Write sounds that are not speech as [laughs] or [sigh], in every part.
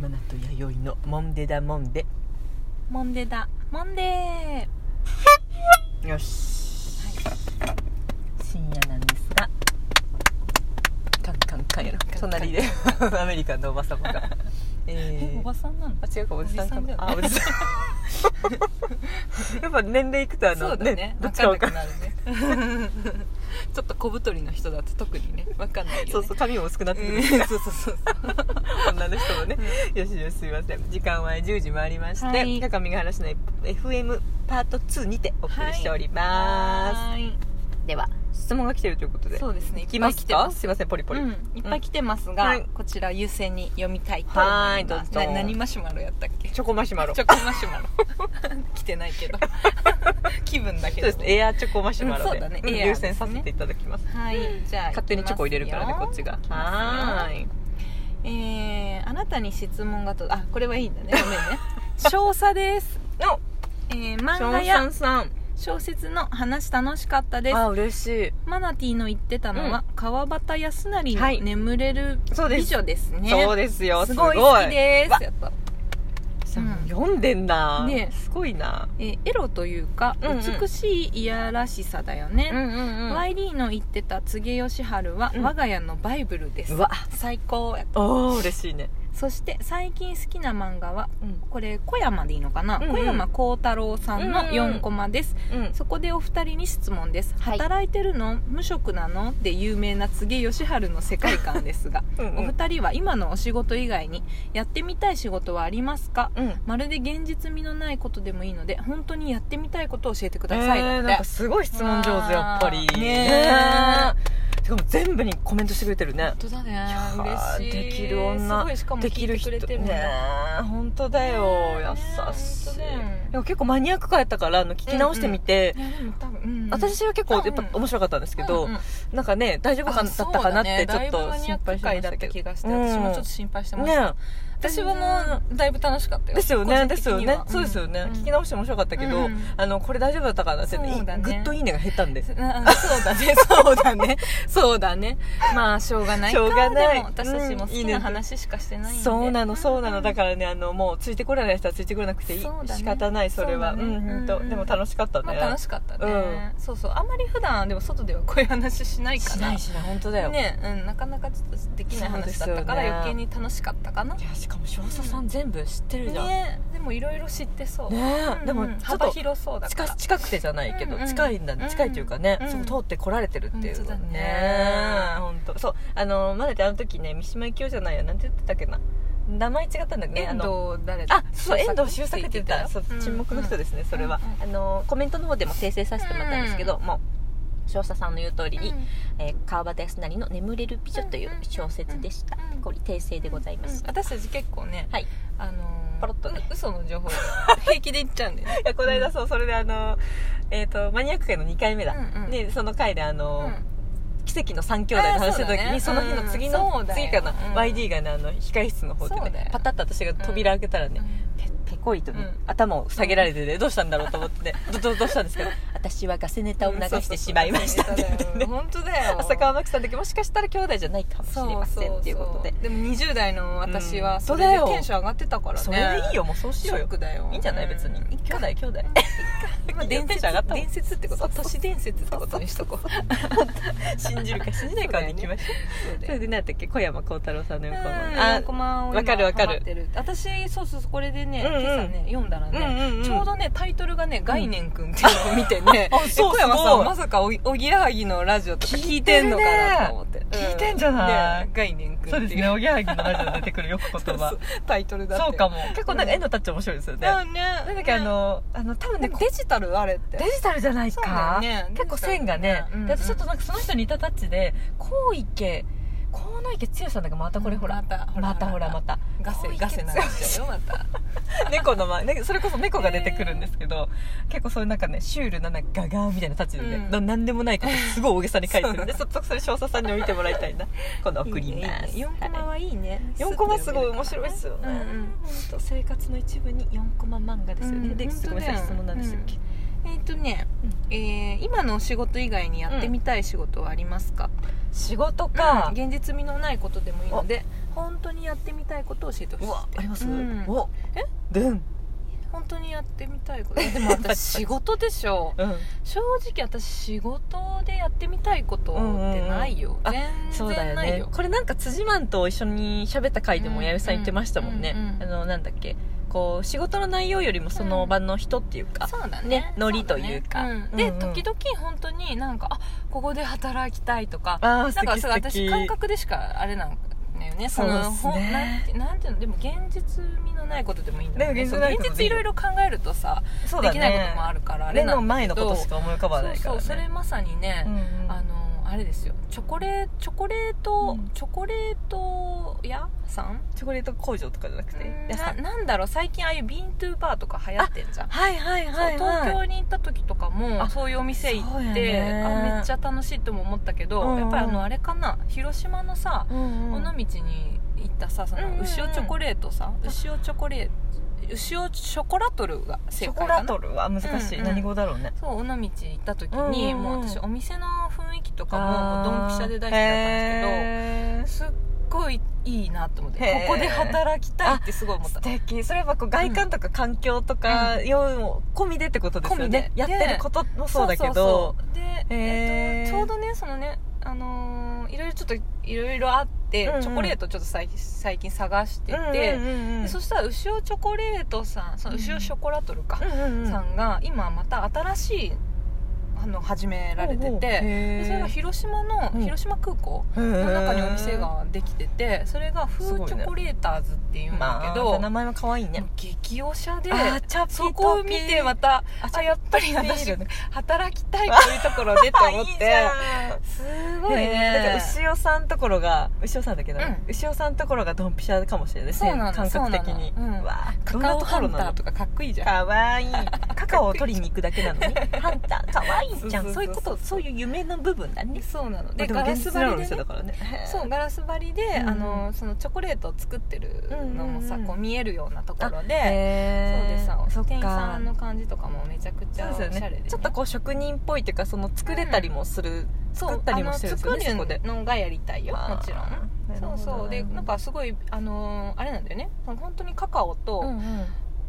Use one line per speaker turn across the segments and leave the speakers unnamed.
マナと弥生のモンデダモンデ
モンデだモンデー、はい、
よし深夜なんですがカンカンカンやろ
カンカンカン
隣でアメリカのおばさまが [laughs] え
えおば
ー
さんなの
あ違うかおじさんか
おじさんじゃ
な
ない
あおじさんやっぱ年齢いくとあ
そ
の
うだね
ねど
分
っちか
か
分
ん
か
なんくなるね [laughs] ちょっと小太りの人だと特にね分かんないよ、ね、
そうそう髪も薄くなってく
う
る
んそうそうそう
女の人もね、よしよしすいません時間は10時回りまして、
はい
各上原市の FM パート2にてお送りしております、
はーい
では質問が来てるということで
そうですね
いきます
いっぱい来てま
か
す
すいませんポリポリ、
うん、いっぱい来てますが、
はい
こちら優先に読みたいと思
はいいど
ま
う
す
ぞ
な何マシュマロやったっけ
チョコマシュマロ
チョコマシュマロ [laughs] 来てないけど気分だけ
そう
ど
ですねエアチョコマシュマロで、
うんそうだね
ん
エア
優先させていただきます
はいじゃあ
勝手にチョコ入れるからねこっちがはー
いきますよ
い
いきますよえー、あなたに質問がとあこれはいいんだねごめん
[laughs]
ね少佐です
の
えー、漫
ショ
画
ンさ
や
んさん
小説の話楽しかったです
あ嬉しい
マナティーの言ってたのは、川端康成
は
の
い
眠れる
そうで
美
す
女ですね、
そうですよす
す
ご
ご
い
い好きです
わ
やっぱうん
読んでんな、
ね
すごいな
えーエロというか、
うんうん
美しいいやらしさだよ
うん
ね、
うんうん
YD の言ってた柘植義治は、
うん
我が家のバイブルです
うわ
最高や
おー嬉しいね、
そして最近好きな漫画は
うん
これ小山でいいのかな、
うんうん
小山幸太郎さんの
うんうん
4コマです、
うん、
そこでお二人に質問です、
はい
働いてるの無職なので有名な柘植義治の世界観ですが
[laughs] うんうん
お二人は今のお仕事以外にやってみたい仕事はありますか
うん
まるで現実味のないことでもいいので本当にやってみたいことを教えてくださいだ
え
っ
ー
て、
なんかすごい質問上手やっぱり
ねえ
えしかも全部にコメントしてくれてるね
本当だね
いやー
嬉しい
できる女
すごいしかも
でき
聞い
る
てく
人
れてるんだ
ねえ本当だよ、
ねえ
優しい
本当だよ
でも結構マニアックかやったからあの聞き直してみて、
いやでも多分、うん
私は結構やっぱ
うんうん
面白かったんですけど、
うんうん
なんかね大丈夫かだったかなってちょっ
あそうだねだいぶ
と
マニア
心
ッ
配
ク
してまし
回だ
た
った
けど
気がして、
うん
私もちょっと心配してまし
ね
た、
え
私はもうだいぶ楽しかったよ
ですよねですよね、そうですよね、聞き直
し
して面白かったけど、
うん
あのこれ大丈夫だったかなって、
そうだね
ぐっといいねが減ったんで
そうだ
[laughs]
ねそうだね [laughs] そうだねまあしょうがないか
しょうがない
でも私たちも好
うんいい
き
ね
な話しかしてないんで、
そうなのそうなのだ
ら
からねあのもうついてこれない人はついてこれなくていい、
そうだね
仕方ないそれはう,、
そうだね
んうん
う
と
んうん
でも楽しかったね、
まあ楽しかったね、そうそうあんまり普段でも外ではこういう話しないから
しないしない本当だよ、
ねうん、なかなかちょっとできない話だったから、
そうですよね
余計に楽しかったかない
やしかも少佐さん全部知ってるじゃん、ね
ねでもいろいろ知ってそう、
えでも
うんうん
ちょっ
幅
と
広そうだか
近
ら
近くてじゃないけど、
うんうん
近いんだね近いというかね、
うん
そう通ってこられてるっていう
本当だね
え本当そうあのまだってあの時ね三島由紀夫じゃないやなんて言ってたっけな名前違ったんだっけ
遠
あの
藤誰だ
あそう遠藤周作って言ってた
よ
そう沈黙の人ですね、それは、
う
あのコメントの方でも訂正させてもらったんですけど、もう少佐さんの言う通りに、
うん
えー川端康成の「眠れる美女」という小説でした、
うん
これ訂正でございま
うん
す、
私たち結構ね、
はい
あのー、
パロッとね
う嘘の情 [laughs] 報平気で言っちゃうんでね
いやこの間そうそれであの、えー、とマニアック界の2回目だ、
うんうん
でその回であ
う
の、
ん
奇跡の3兄弟の話した時に
あ
そ,、
そうだ
の
ね
日の次
うん
の、
そうだよ
次かな、
うん
YD がねあの控室の方で、
そうだ
ね
よ、
パタッと私が扉開けたらね、ペペコリとね、
うん
頭を下げられてねどうしたんだろうと思ってねどどどうしたんですけど私はガセネタを流してしまいましたって言ってね
本当だよ
浅川真紀さんだけもしかしたら兄弟じゃないかもしれませんっていうことで
でも20代の私
うん
はそれ
そうだ
で
よ
テンション上がってたからね
それでいいよもうそうし
シ
よ
ョ
う
ッ
よ
クだよ
いいんじゃない別に
うん
兄弟兄弟
まあ
伝
伝
説
説
伝
伝説って
こ
ことと都市伝説ってことにしとこう
信じるか信じないかに行きましょうそれで何だったっけ小山幸太郎さんの横
あ
あ
コマを今
わかるわかる
ハマって私そうそうそうこれでね、
うんうん
今朝ね読んだらね、
うんうんうん
ちょうどねタイトルがね「概念くん」っていうのを見
[laughs]
てね
あそう
え
すごい
小山さんまさかおおぎやはぎのラジオとか聞いてんのかなと思って
聞いてるね聞いてんじゃない
ね概念くんっていう
おぎやはぎのラジオ出てくるよ [laughs] く言
そうそうタイトルだって
そうかも結構なんか絵のタッチ面白いですよね
だ
な
よ
ん
ね
だっけあのあの多分
で
ね
もデジタルあれって
デジタルじゃない
そうだ
か
よね
結構線がね
うんうん
で私ちょっとなんかその人に似たタッチでこう池こうの池剛さんだからまたこれほら
またほら
またほらまた
ガセガセ流しちゃうよまた
猫の前ねそれこそ猫が出てくるんですけど、結構そういうなんかねシュールななんかガガーみたいなタッチでね、
うん
ななんでもないことすごい大げさに書いてるんでちょっとそれ少佐さんにも見てもらいたいな今度 [laughs] 送ります
いいねいいね4コマ
は
はいいね、
い4コマすごい面白いですよね、
うんうん
ほんと生活の一部に4コマ漫画ですよね、
うん
で
ほんと
ごめんなさ
だよ
い質問なんですっけ、
えっ、とね、えー今のお仕事以外にやってみたい仕事はありますか、
仕事
か
か、
現実味のないことでもいいので本当にやってみたいことを教えてほし
う
い
わあります、
うん
お
え
でん、
本当にやってみたい
[laughs]
ことでも私仕事でしょ
うん、
正直私仕事でやってみたいことっ
うんうんうん
てないよ、
あそ
全
うだ
然
よ
ない
ね
よ
これなんか辻マンと一緒に喋った回でも
うん
弥生さん言ってましたもんね、
うんうん
あのなんだっけこう仕事の内容よりもその場の人っていうか、
そうだね
ねノリ
そうだね
というか
ん
う
で
んうん
時々本当になんかあここで働きたいとか
ああ
なんか
素
そう
敵素
私
敵
感覚でしかあれなんだよね
そうですね
ほんなんてなんていうのでも現実味のないことでもいいんだよ
で
ね
も現実
そう
ないこと
現
でもいいよ
実いろいろ考えるとさ、
そう
で
だ
き
ね
ないこともあるからあれ
目
な
の
ん
前のことしか思い浮かばないから、
そう
ね、
そうそれまさにね、
うんうん
あのあれですよチョコレチョコレート、
うん
チョコレート屋さん
チョコレート工場とかじゃなくて屋さ
なんなんだろう最近ああいうビーントゥーバーとか流行ってんじゃん
はいはい
そう
はい、はい、
東京に行った時とかも
あ
そういうお店行
そう
っ
や
て、
ね
あめっちゃ楽しいとも思ったけど、
うんうん
やっぱりあのあれかな広島のさ、
うんう
尾
ん
道に行ったさそ
うんうんう
の
ん
牛尾チョコレートさ、牛尾チョコレート牛尾ショコラトルが
チ
正
ョ
解
コ
か
ラ
な
トルは難しい、
うんうん
何語だろうね
そう尾道行った時
うんうん
に、
うん
もう私お店の雰囲気とか
あ
も
ー
ドンピシャで大好きだったんで
へー
すけどすっごいいいなと思って
へー
ここで働きたいってすごい思っ
素
た
敵それはこう外観とか環境とか、
うん
要も込みでってことですよ
込みで
ねやってることもそうだけど
そうそうそうで、
へー
えっと、ちょうどねそのねあのーいろいろちょっといろいろあって、
うんうん
チョコレートちょっと最近最近探してて、
うんうんうんうん
でそしたら牛尾チョコレートさんその牛尾ショコラトルか、
うんうんうん
さんが今また新しいあの始められて
ほうほう
て
へ
で
ー
それが広島の、
うん
広島空港の中にお店ができててそれがフーチョコレーターズっていうん
ま
だ
あ
けど、
名前も可愛いね
もう激おしゃで
あーチャピ
そこを見てまた
[laughs] あ
あやっぱり
チャピー
私
ルね
働きたいこういうところでと思
[laughs]
っ
いいじ
て
ゃん
す
す
ごいね
だから牛尾さんところが牛尾さんだけど、
うん
牛尾さんところがドンピシャかもしれないですね
そうなの
感覚的に
そうなのうん
わあ
カ
どんな
カオ
と
ハ
ころ
ンタ
な
ー
の
とかかっこいいじゃ
か
ん
わいいカカオを取りに行くだけなの
[laughs]
にハンターかわいいじゃん
そ
そうう
そうそうそう
いうことそういう夢の部分だね
そうなの
で
で
ガ
ガ
ラ
ラ
ス
ス
張
張
り
り
で、ね、
で、ね
だ、からね
そうガラス張りで、
うん
あのそのチョコレートを作ってるのもさ、
うんうんうん
こう見えるようなところ
う
で、そう
へ
でさ
ーそっか
店員さんの感じとかもめちゃくち
そう
ゃ
で
お
す
しゃ
よ
れで、ね
ねちょっとこう職人っぽいというかその作れたりもする、
そう
作ったりもしてるんですよね
あ
そ
の
こで
作るのがやりたいよ
あー
もちろん
なる
そ
ほど
うそうでなんかすごいあのーあれなんだよねその本当にカカオ
うんう
と
ん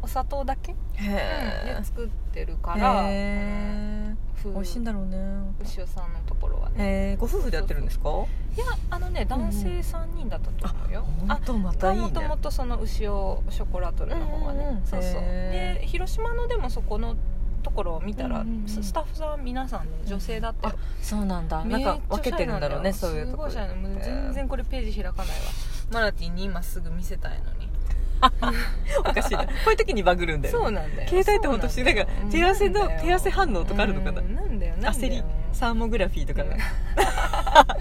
お砂糖だけ、
へ
で
ー
作ってるから、うん
へ
ふ
ー
う
美味しいんだろうね
牛尾さんのところはね
えー、ご夫婦でやってるんですか
いやあのね男性3人だったと思うよ、
本当またいいね
もともとその牛尾ショコラトルの方はね、
うんうんうん
そうそう
へ
で広島のでもそこのところを見た
う
ら、
んうんうん
ススタッフさん皆さんね女性だったよ
そうなんだ
め
な
っ
ん
ちゃ
か分けてるんだろうね
シ
そ
ャイ
う
ないん
うと
だよ
ころ
すごいシャイなのもう全然これページ開かないわマナティに今すぐ見せたいのに
おかしいなこういう時にバグるんだよ
そうなんだよ
携帯ってほんと不思議だから
そう
手汗の
なんだよ
手汗反応とかあるのかな
うんなんだよなんだ
焦
よ
りサーモグラフィーとかね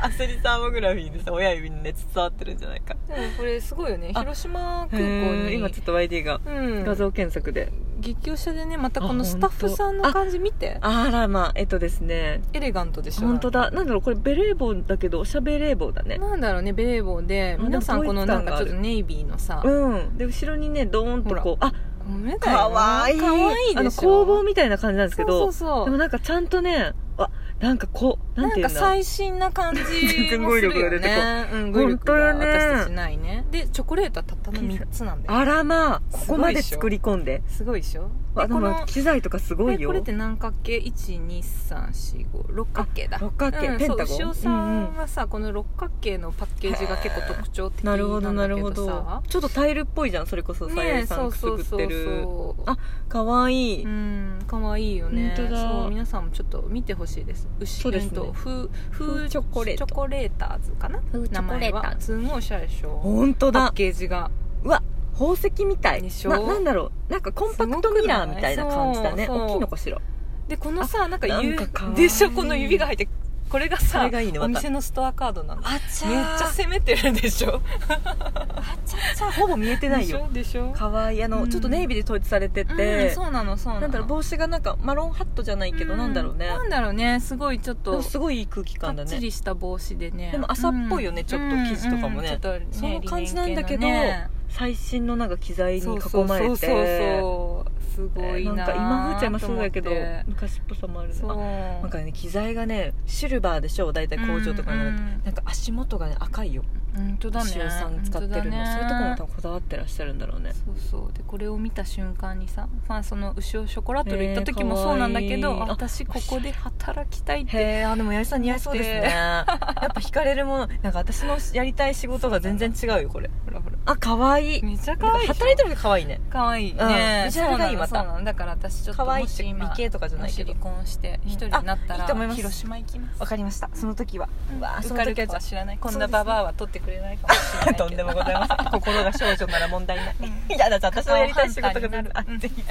焦りサーモグラフィーでさ親指にね伝わってるんじゃないか
でもこれすごいよね
あ
広島空港
へー
に
今ちょっと YD が
うん
画像検索で、
激おしゃでねまたこの
あ
スタッフさんの感じ見て
あらまあえっとですね
エレガントでしょ
本当だなんだろうこれベレー帽だけどおしゃべれー帽だね
なんだろうねベレー帽で
あ
皆さん
でも
この
統
な
一感が
んか
あ
ち
る
ょっとネイビーのさ
うんで後ろにねドーンとこうあ
目だよ
かわいい
かわいいでしょ
あの工房みたいな感じなんですけど
そうそ
で
うそ
も
う
なんかちゃんとねあなんかこうな
なん
て
ん
い
か
うんだ
最新な感じもするよね
全然語彙力が出て
こうん語彙力が
本当よね
私たちないねでチョコレートはたったの3つなんだよ
あらまあこ
す
こ
ご
ま
い
で
でしょ
作り込んで
すごいでしょ
あ
で
で
こ
も
の
機材とかす
こ
ご
れ
いよ
これって何角形12345角形だ
六角形、
うん
ペンタ
そう
ゴン
牛尾さんはさ、この六角形のパッケージが結構特徴的
な
なんだ
る
けど
ほ
さ
どなるほどちょっとタイルっぽいじゃんそれこそさや
ね
りさ
そ
ん
う
くす
そ
ぐ
う
っ
そう
てる
そう
あかわいい、
うんかわいいよね
本当だ
そう皆さんもちょっと見てほしいです牛
そうですね
えっとフーフ
フーチョコレート
チョコレーターズかな
ーチ
名
ョコレ
前
ーターズ
はすごいおしゃれでしょ
ほんと
パ
だ
ッケージが
うわ宝石みたい
でしょ
ななんだろうなんかコンパクトミラーみたいな感じだね
すごくな
大
いそう
きいのかしら
でこのさなんかゆ
なんかかわいい
でしょこの指が入ってこれが
それ
さ
がいいねま
お
た
店のストアカードなのめっ
あち
ちゃ攻めてるでしょ
あちゃちゃほぼ見えてないよ
でしょでしょ
かわいいあの、
うん
ちょっとネイビーで統一されて
うん
て、
そうなのそうなの
なんだろう帽子がなんかマロンハットじゃないけど、
うん
なんだろうね
なんだろうねすごいちょっ
でも
と
すごいいい空気
か
感だ
っち
ね
りした帽子でね
でも朝っぽいよね
うん
ちょっと生地とかもね
うんうんちょっとね
その感じなんだけど
理念系のね
最新のなんか機材に囲まれて
そうそうそうそうすごい
な
なん
か今風っちゃ今そうやけど
と思って
昔っぽさもある
そう
のあなんかね機材がねシルバーでしょ大体工場とかになる
うんうん
なんか足元がね赤いよ
本当だね
塩さん使ってるの、
本当だね
そういうとこも多分こだわってらっしゃるんだろうね
そうそうでこれを見た瞬間にさファンその牛尾ショコラトル行った時も
ねえ
そうなんだけど、
かわいい
私ここで働きたいって
へえあでも八重さん似合いそうですね
だって
やっぱ惹かれるものなんか私のやりたい仕事が全然違うよこれ
ほらほら
あ可愛い
めっちゃ
なん
可
か
愛い
働いてる時可愛いね
可愛い
うん
ね、
ビジュアルがいい
そ
また
うなのそうなのだから私ちょっと
可愛いっ
も
て
し今
美形とかじゃないけど
もし離婚して一人になった
あい
ら
いと思います
広島行きます
わかりましたその時はうわ
受
そ
か
の
る
時はじ
か
ゃ
は知らない
そう
こ
です
ん
ね
なババアは取ってくれないかもしれないけ
[laughs]
ど
とんでもございませ
[laughs]
ん心が少女なら問題ない、
うん
いやだって私のやりたい仕事が
顔反対にな
あ
るうん
ぜひ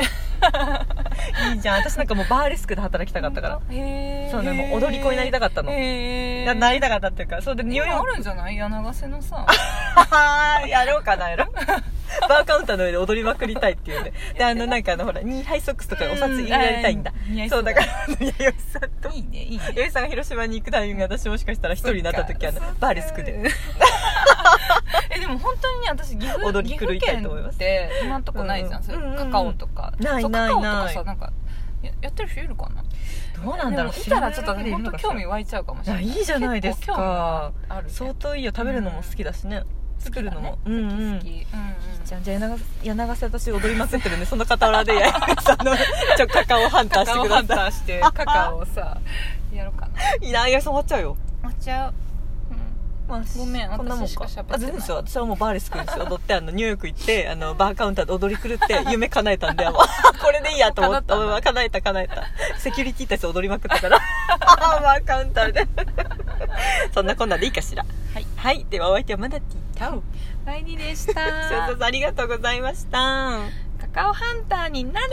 いいじゃん私なんかもうバーレスクで働きたかったから
へえ
そうねもう踊り子になりたかったの
へ
い
え
やなりたかったっていうかそうで匂い
今あ
も
るんじゃない柳瀬の
[laughs]
さ
はーいやろうかなやろうバーカウンターの上で踊りまくりたいっていうねであのなんかあのほらニーハイソックスとかお札入れられたいんだ、
うんあー似合い
そ
そうう
だ
だ
から弥 [laughs] 生さんと
いいねいいね
弥生さんが広島に行くタイミング私もしかしたら一人になった時はね
そっか
バーレスクで
えでも本当にね私岐阜
踊り狂いたいと思います
岐阜県って今んとこないじゃ
う
ん、
ん
それ
うんうん
カカオとか
ない
そう
ない
カカオとか
ない
さなんかややってる人いるかな
どうなんだろう
でもいたらちょっ
知ら
と
ないだけ
本当
でいいのかしら
興味湧いちゃうかも
い
しれ
や
ない
いいじゃないです
結構興味
か
あるね
相当いいよ食べるのも好きだしね、作るのも、う
好きだ
ん
ね
うん
好きうんうん
じゃあじゃあ柳瀬柳瀬私踊りまくってるんでその傍らで
[laughs]
やいさんのちょカカオハンター
カ
して
カオ
くだ
ハンタ
さ
ーしてカカオをさやろうか
[laughs]
ない
いなやいさん終わっちゃうよ
お茶
まあ
ごめん
こなもんか
私しか喋ってない
あ全然ですよ私はもうバーレスクですよ踊ってあのニューヨーク行ってあのバーカウンターで踊り狂って夢叶えたん
[laughs]
でもうこれでいいやと思った
叶ったんだ
うん叶えた叶えたセキュリティたち踊りまくった
[laughs]
からバーカウンターでそんなこんなでいいかしら
はい
はいではお相手はマナティタオ
ライニ
[laughs]
でした
翔太さんありがとうございました
カカオハンターになる